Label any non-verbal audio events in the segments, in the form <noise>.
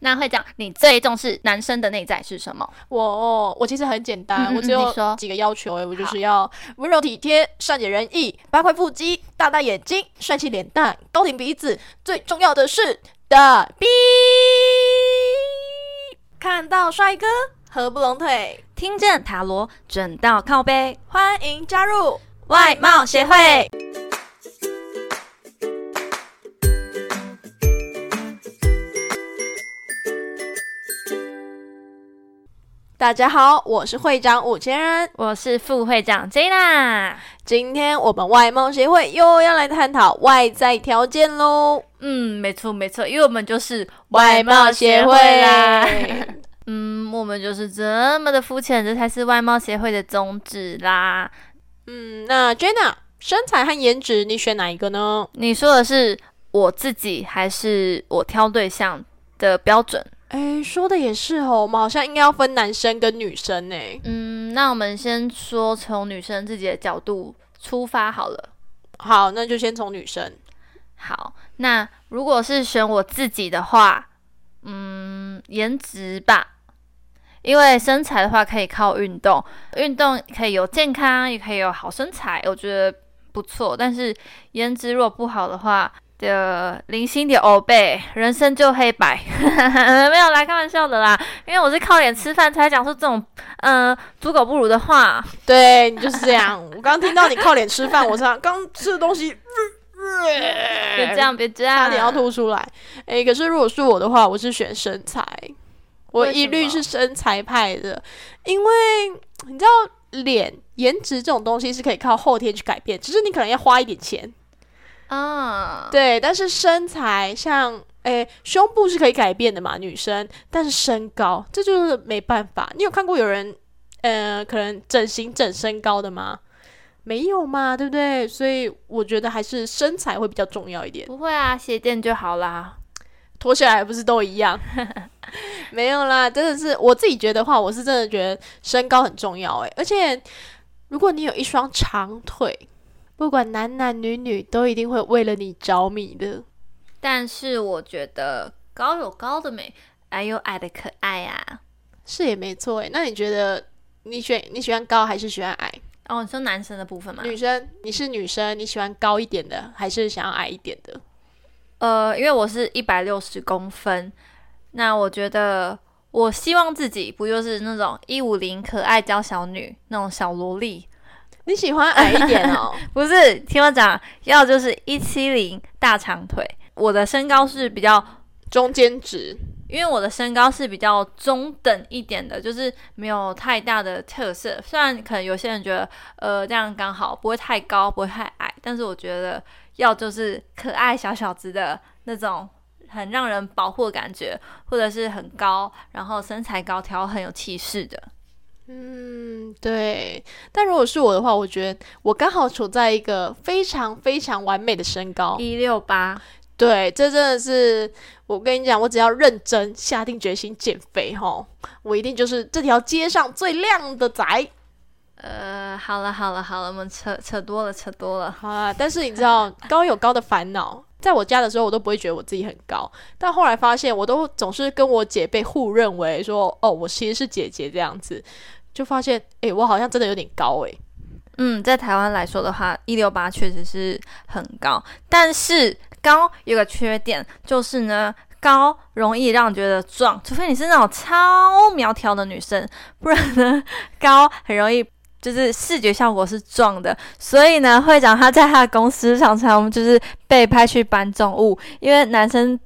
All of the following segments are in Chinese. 那会讲你最重视男生的内在是什么？我我其实很简嗯单，嗯嗯我只你说有几个要求而已，我就是要温柔体贴、善解人意、八块腹肌、大大眼睛、帅气脸蛋、高挺鼻子，最重要的是的逼，看到帅哥合不拢腿，听见塔罗，准到靠背。欢迎加入。外貌协会。大家好，我是会长五千人，我是副会长 Jana。今天我们外貌协会又要来探讨外在条件喽，嗯，没错没错，因为我们就是啦。 <laughs> 嗯，我们就是这么的肤浅，这才是外貌协会的宗旨啦。嗯，那 Jenna，身材和颜值你选哪一个呢？你说的是我自己还是我挑对象的标准？哎，说的也是哦，我们好像应该要分男生跟女生呢。嗯，那我们先说从女生自己的角度出发好了。好，那就先从女生。好，那如果是选我自己的话，嗯，颜值吧，因为身材的话可以靠运动，运动可以有健康，也可以有好身材，我觉得不错。但是颜值如果不好的话，的零星点欧背，人生就黑白，没有啦，开玩笑的啦，因为我是靠脸吃饭才讲出这种嗯猪狗不如的话。对你就是这样。 <laughs> 我刚听到你靠脸吃饭，我上刚吃的东西，别这样，别这样，差点要吐出 <laughs> 来。哎，可是如果是我的话，我是选身材，我为什一律么是身材派的，因为你知道脸颜值这种东西是可以靠后天去改变，只是你可能要花一点钱。嗯，对，但是身材像诶、胸部是可以改变的嘛，女生，但是身高这就是没办法。你有看过有人呃可能整形整身高的吗？没有嘛，对不对？所以我觉得还是身材会比较重要一点，不会啊，鞋垫就好啦。脱下来不是都一样？ <laughs> 没有啦，真的是我自己觉得话，我是真的觉得身高很重要诶、欸而且如果你有一双长腿，不管男男女女都一定会为了你着迷的。但是我觉得高有高的美，矮有矮的可爱啊。是也没错诶，欸那你觉得你选你喜欢高还是喜欢矮？哦，你说男生的部分吗？女生你是女生，你喜欢高一点的还是想要矮一点的？呃，因为我是一百六十公分，那我觉得我希望自己不就是那种一五零可爱娇小女那种小萝莉， <laughs> 你喜欢矮一点哦。不是？听我讲，要就是一七零大长腿。我的身高是比较， <laughs> 中间值，因为我的身高是比较中等一点的，就是没有太大的特色。虽然可能有些人觉得，呃，这样刚好，不会太高，不会太矮，但是我觉得要就是可爱小小子的那种，很让人保护的感觉，或者是很高，然后身材高挑，很有气势的。嗯，对。但如果是我的话，我觉得我刚好处在一个非常非常完美的身高。一六八，对，这真的是我跟你讲，我只要认真下定决心减肥吼，我一定就是这条街上最靓的仔。呃，好了好了好了，我们扯扯多了扯多了。好啦，但是你知道高有高的烦恼，在我家的时候，我都不会觉得我自己很高，但后来发现，我都总是跟我姐被互认为说，哦，我其实是姐姐这样子，就发现，诶、我好像真的有点高诶、嗯，在台湾来说的话，一六八确实是很高，但是高有个缺点就是呢，高容易让你觉得壮，除非你是那种超苗条的女生，不然呢， <laughs> 高很容易。就是视觉效果是壮的，所以呢，会长他在他的公司常常就是被派去搬重物，因为男生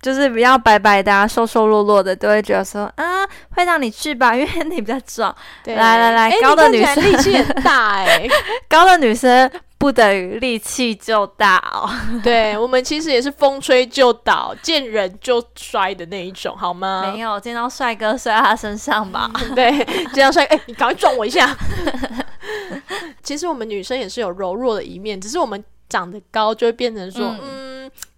就是比较白白的、啊、瘦瘦弱弱的，都会觉得说啊，会让你去吧，因为你比较壮。对，来来来诶高的女生你看起来力气很大诶、 <laughs> 高的女生不等于力气就大哦。对我们其实也是风吹就倒，见人就摔的那一种，好吗没？有见到帅哥摔在他身上吧？ <laughs> 对，这样帅，哎、你赶快撞我一下。 <laughs> 其实我们女生也是有柔弱的一面，只是我们长得高就会变成说，嗯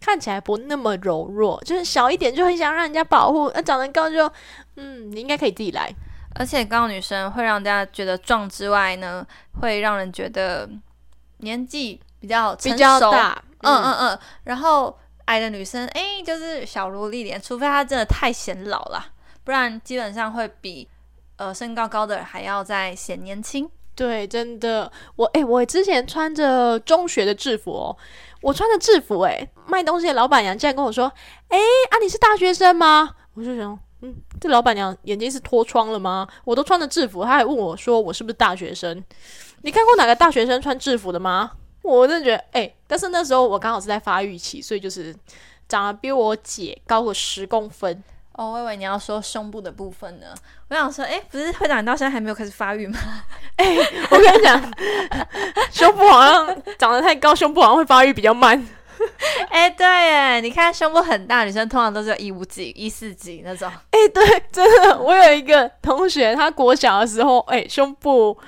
看起来不那么柔弱，就是小一点就很想让人家保护，那、长得高就，嗯，你应该可以自己来。而且高的女生会让大家觉得壮之外呢，会让人觉得年纪比较成熟嗯比较大，嗯嗯嗯嗯。然后矮的女生，哎、就是小萝莉脸，除非她真的太显老了，不然基本上会比呃身高高的人还要再显年轻。对，真的，我哎、我之前穿着中学的制服哦，我穿着制服哎、卖东西的老板娘竟然跟我说：“哎、啊，你是大学生吗？”我就想，嗯，这老板娘眼睛是脱窗了吗？我都穿着制服，她还问我说我是不是大学生？你看过哪个大学生穿制服的吗？我真的觉得哎、但是那时候我刚好是在发育期，所以就是长得比我姐高个十公分。 <laughs> 哦，我以为你要说胸部的部分呢，我想说，哎、不是会长你到现在还没有开始发育吗？我跟你讲， <laughs> 胸部好像长得太高，胸部好像会发育比较慢。哎、对耶，你看胸部很大的女生通常都是有一五几、一四几那种。哎、对，真的，我有一个同学，他国小的时候，哎、胸部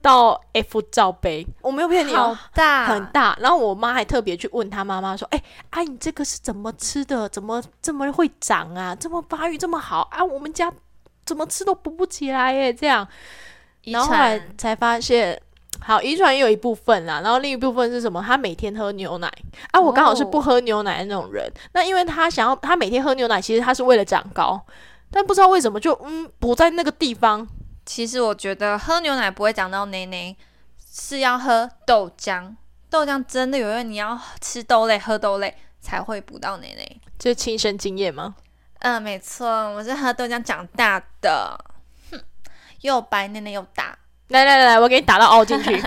到 F 罩杯，我没有骗你好哦，大，很大。然后我妈还特别去问他妈妈说：“哎、阿、姨，你这个是怎么吃的？怎么这么会长啊？这么发育这么好啊？我们家怎么吃都补不起来耶？”这样，遗然后后来传才发现，好，遗传也有一部分啦，然后另一部分是什么？他每天喝牛奶啊，我刚好是哦不喝牛奶的那种人。那因为他想要，他每天喝牛奶，其实他是为了长高，但不知道为什么就嗯不在那个地方。其实我觉得喝牛奶不会长到奶奶，是要喝豆浆。豆浆真的有用，你要吃豆类、喝豆类才会补到奶奶。这是亲身经验吗？嗯，没错，我是喝豆浆长大的，哼，又白奶奶又大，来来来，我给你打到凹进去。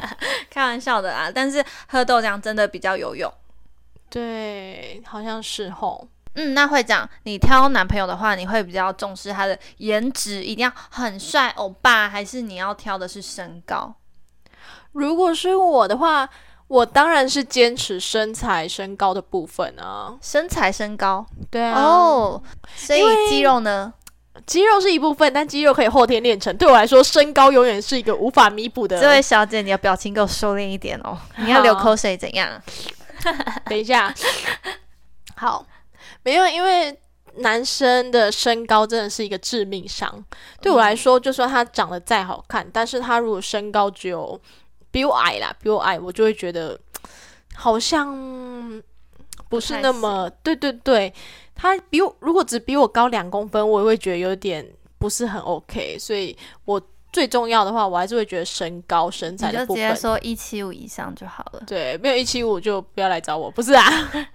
开玩笑的啦。但是喝豆浆真的比较有用。对，好像是吼。嗯，那会长，你挑男朋友的话，你会比较重视他的颜值，一定要很帅欧巴，还是你要挑的是身高？如果是我的话，我当然是坚持身材身高的部分啊。身材身高对啊，哦，所以因为肌肉呢？肌肉是一部分，但肌肉可以后天练成。对我来说，身高永远是一个无法弥补的。这位小姐，你的表情给我收敛一点哦，你要流口水怎样？ <laughs> 等一下，好，没有，因为男生的身高真的是一个致命伤。对我来嗯说，就算他长得再好看，但是他如果身高只有比我矮啦，比我矮，我就会觉得好像不是那么对对对。他比我如果只比我高两公分，我也会觉得有点不是很 OK。所以我最重要的话，我还是会觉得身高身材你的就部直分接。说一七五以上就好了。对，没有一七五就不要来找我，不是啊，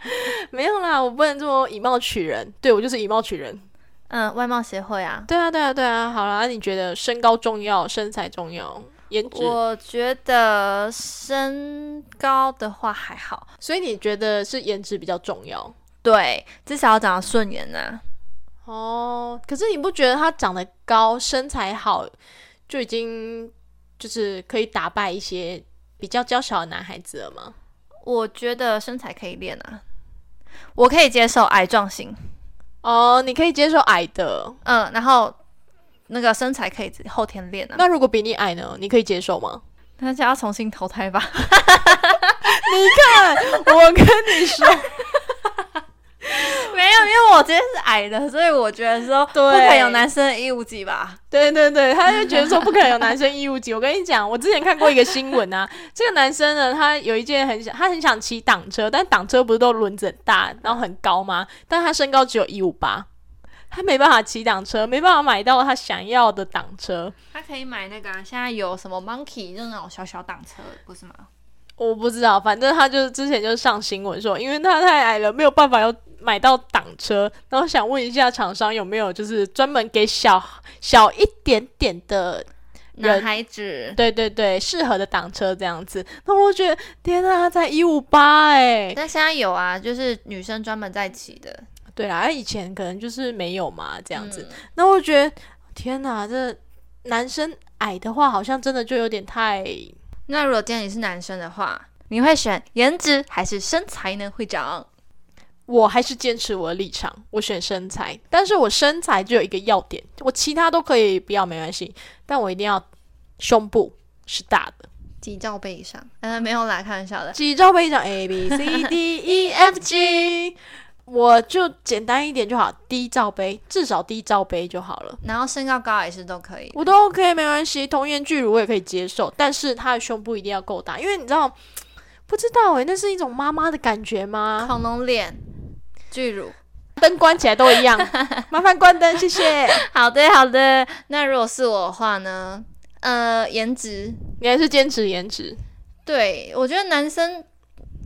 <laughs> 没有啦，我不能这么以貌取人，对我就是以貌取人。嗯，外貌协会啊，对啊，对啊，对啊，好啦，那你觉得身高重要，身材重要，颜值？我觉得身高的话还好，所以你觉得是颜值比较重要对，至少要长得顺眼啊呐、哦？可是你不觉得他长得高，身材好，就已经就是可以打败一些比较娇小的男孩子了吗？我觉得身材可以练啊，我可以接受矮壮型，哦，你可以接受矮的，嗯，然后那个身材可以后天练啊。那如果比你矮呢？你可以接受吗？那就要重新投胎吧。 <laughs> 我跟你说， <laughs> 没有，因为我今天是矮的，所以我觉得说不对可以有男生一五几吧。对对对，他就觉得说不可能有男生义务级。 <laughs> 我跟你讲，我之前看过一个新闻啊， <laughs> 这个男生呢，他有一件很想，他很想骑挡车，但挡车不是都轮子很大，然后很高吗？但他身高只有一五八，他没办法骑挡车，没办法买到他想要的挡车。他可以买那个、啊，现在有什么 Monkey 就是那种小小挡车，不是吗？我不知道，反正他就之前就上新闻说，因为他太矮了，没有办法有买到挡车。然后想问一下厂商有没有就是专门给小小一点点的人男孩子，对对对，适合的挡车这样子。那我觉得天啊，他才一五八哎，但现在有啊，就是女生专门在骑的对啦，啊以前可能就是没有嘛这这样子。。那我觉得天哪，这男生矮的话，好像真的就有点太那如果今天你是男生的话，你会选颜值还是身材呢？会长？我还是坚持我的立场，我选身材，但是我身材就有一个要点，我其他都可以不要没关系，但我一定要胸部是大的。几罩杯以上？呃，没有啦，开玩笑的。几罩杯讲 A B C D E F G，我就简单一点就好，低罩杯至少低罩杯就好了，然后身高高也是都可以。我都 OK 没关系，童颜巨乳我也可以接受，但是她的胸部一定要够欸啊大，因为你知道，不知道诶、那是一种妈妈的感觉吗？恐龙脸，巨乳。灯关起来都一样，麻烦关灯，谢谢。 <laughs> 好的，好的。那如果是我的话呢？呃，颜值，你还是坚持颜值，对我觉得男生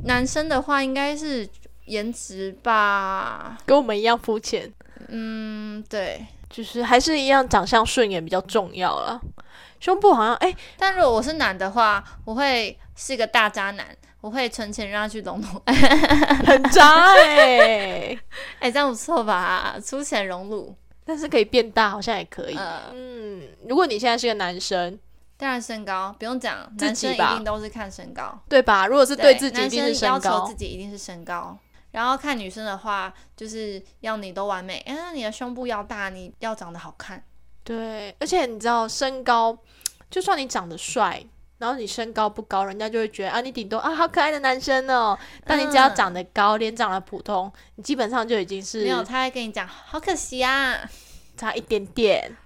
男生的话应该是颜值吧。跟我们一样肤浅，嗯，对。就是还是一样长相顺眼比较重要了。胸部好像哎、但如果我是男的话，我会是个大渣男，我会存钱让他去隆 <laughs> 乳。哎、很渣哎、这样不错吧？出钱荣辱，但是可以变大，好像也可以。呃，嗯，如果你现在是个男生，当然身高不用讲，自男己生一吧定都是看身高。对吧？如果是对自己，一男定是生身要求高自。己一定是身高，然后看女生的话，就是要你都完美，嗯、你的胸部要大，你要长得好看，对，而且你知道，身高，就算你长得帅，然后你身高不高，人家就会觉得啊，你顶多啊，好可爱的男生哦。但你只要长得高，脸长得普通，你基本上就已经是没有他会跟你讲，好可惜啊，差一点点。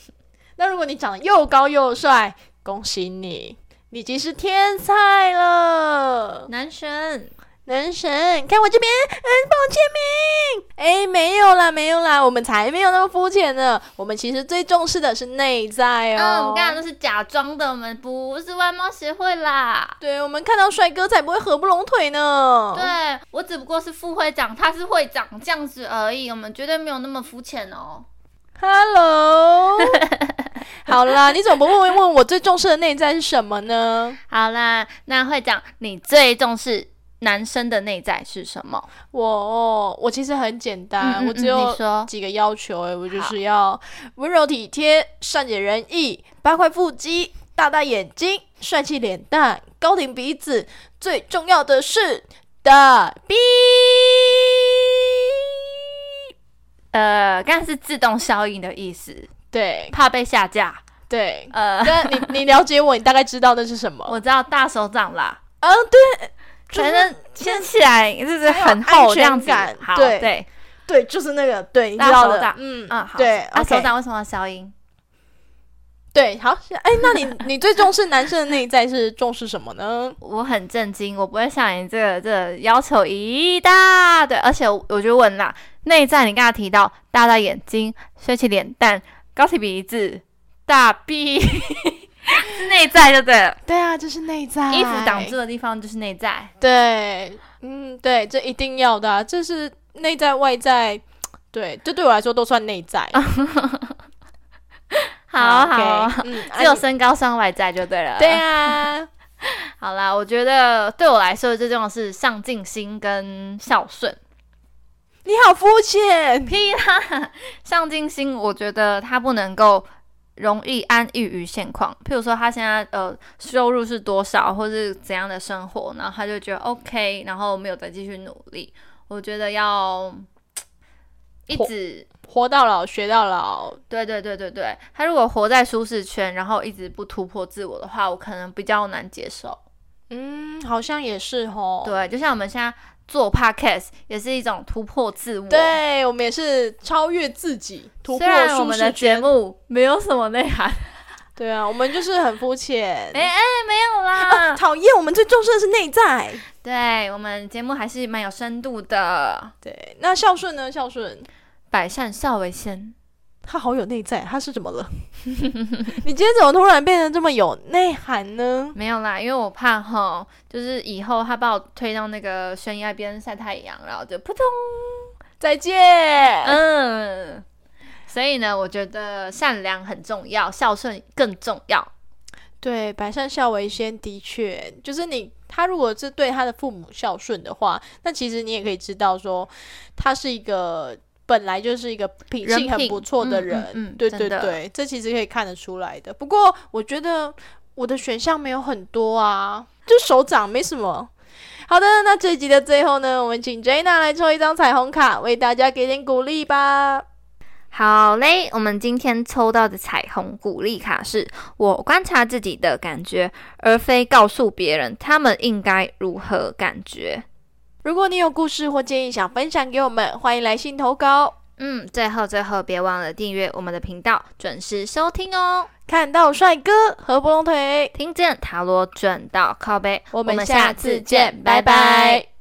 <laughs> 那如果你长得又高又帅，恭喜你，你已经是天才了，男神，男神！看我这边，嗯，帮我签名。哎，没有啦，没有啦，我们才没有那么肤浅呢。我们其实最重视的是内在哦。嗯，我们刚才都是假装的，我们不是外貌协会啦。对，我们看到帅哥才不会合不拢腿呢。对我只不过是副会长，他是会长这样子而已，我们绝对没有那么肤浅哦。 <laughs> ，Hello，好啦，你怎么不问问我最重视的内在是什么呢？好啦，那会长，你最重视男生的内在是什么？我我其实很简单，嗯嗯我只嗯有你说几个要求、欸，我就好是要温柔体贴、善解人意、八块腹肌、大大眼睛、帅气脸蛋、高挺鼻子，最重要的是大 B。呃，刚才是自动效应的意思，对怕被下架。，对呃，但你你了解我，你大概知道那是什么。 <laughs> 我知道大手掌啦，嗯，对，就是反正牵起来就是还有很厚安全这样子感。好，对对，对，就是那个，对，你大知道手的掌，嗯嗯，好。对啊， ，OK 手掌为什么要消音？对，好，哎，那你你最重视男生的内在是重视什么呢？我很震惊，我不会像你这个这个要求一大堆，而且我我就问啦，内在你刚才提到大大眼睛、帅气脸蛋、高挺鼻子、大臂， <laughs> 是内在就对了，对啊，就是内在衣服挡住。的地方就是内在。对，嗯，对，这一定要的啊、这是内在外在，对，这对我来说都算内在。好好 OK，，嗯， <laughs> 只有啊你身高上外在就对了。对啊，好啦，我觉得对我来说最重要的是上进心跟孝顺。你好肤浅。屁啦，上进心，我觉得他不能够容易安逸于现况。譬如说，他现在呃收入是多少，或是怎样的生活，然后他就觉得 OK，然后没有再继续努力。我觉得要一直。活到老学到老，对对对对对，他如果活在舒适圈，然后一直不突破自我的话，我可能比较难接受。嗯，好像也是哦。对，就像我们现在做 podcast 也是一种突破自我。，对，我们也是超越自己，突虽破然我舒们适的圈。节目没有什么内涵，对啊，我们就是很肤浅。没哎 <laughs> 没有啦。讨厌，我们最重视的是内在。 <laughs> 对我们节目还是蛮有深度的，对，那孝顺呢？孝顺百善孝为先。他好有内在，他是怎么了？ <laughs> 你今天怎么突然变得这么有内涵呢？没有啦，因为我怕哈，就是以后他把我推到那个悬崖边晒太阳，然后就扑通，再见。嗯。所以呢，我觉得善良很重要，孝顺更重要。对，百善孝为先，的确，就是你他如果是对他的父母孝顺的话，那其实你也可以知道说，他是一个本来就是一个品人性很品不错嗯的嗯人。嗯对真对的对，这其实可以看得出来的。不过我觉得我的选项没有很多啊，就手掌没什么。好的，那这一集的最后呢，我们请 Jana 来抽一张彩虹卡，为大家给点鼓励吧。好嘞，我们今天抽到的彩虹鼓励卡是我观察自己的感觉，而非告诉别人他们应该如何感觉。如果你有故事或建议想分享给我们，欢迎来信投稿。嗯，最后最后别忘了订阅我们的频道，准时收听哦。看到帅哥合不拢腿。听见塔罗转到靠背，我我们们下下次次见见，，拜拜拜拜。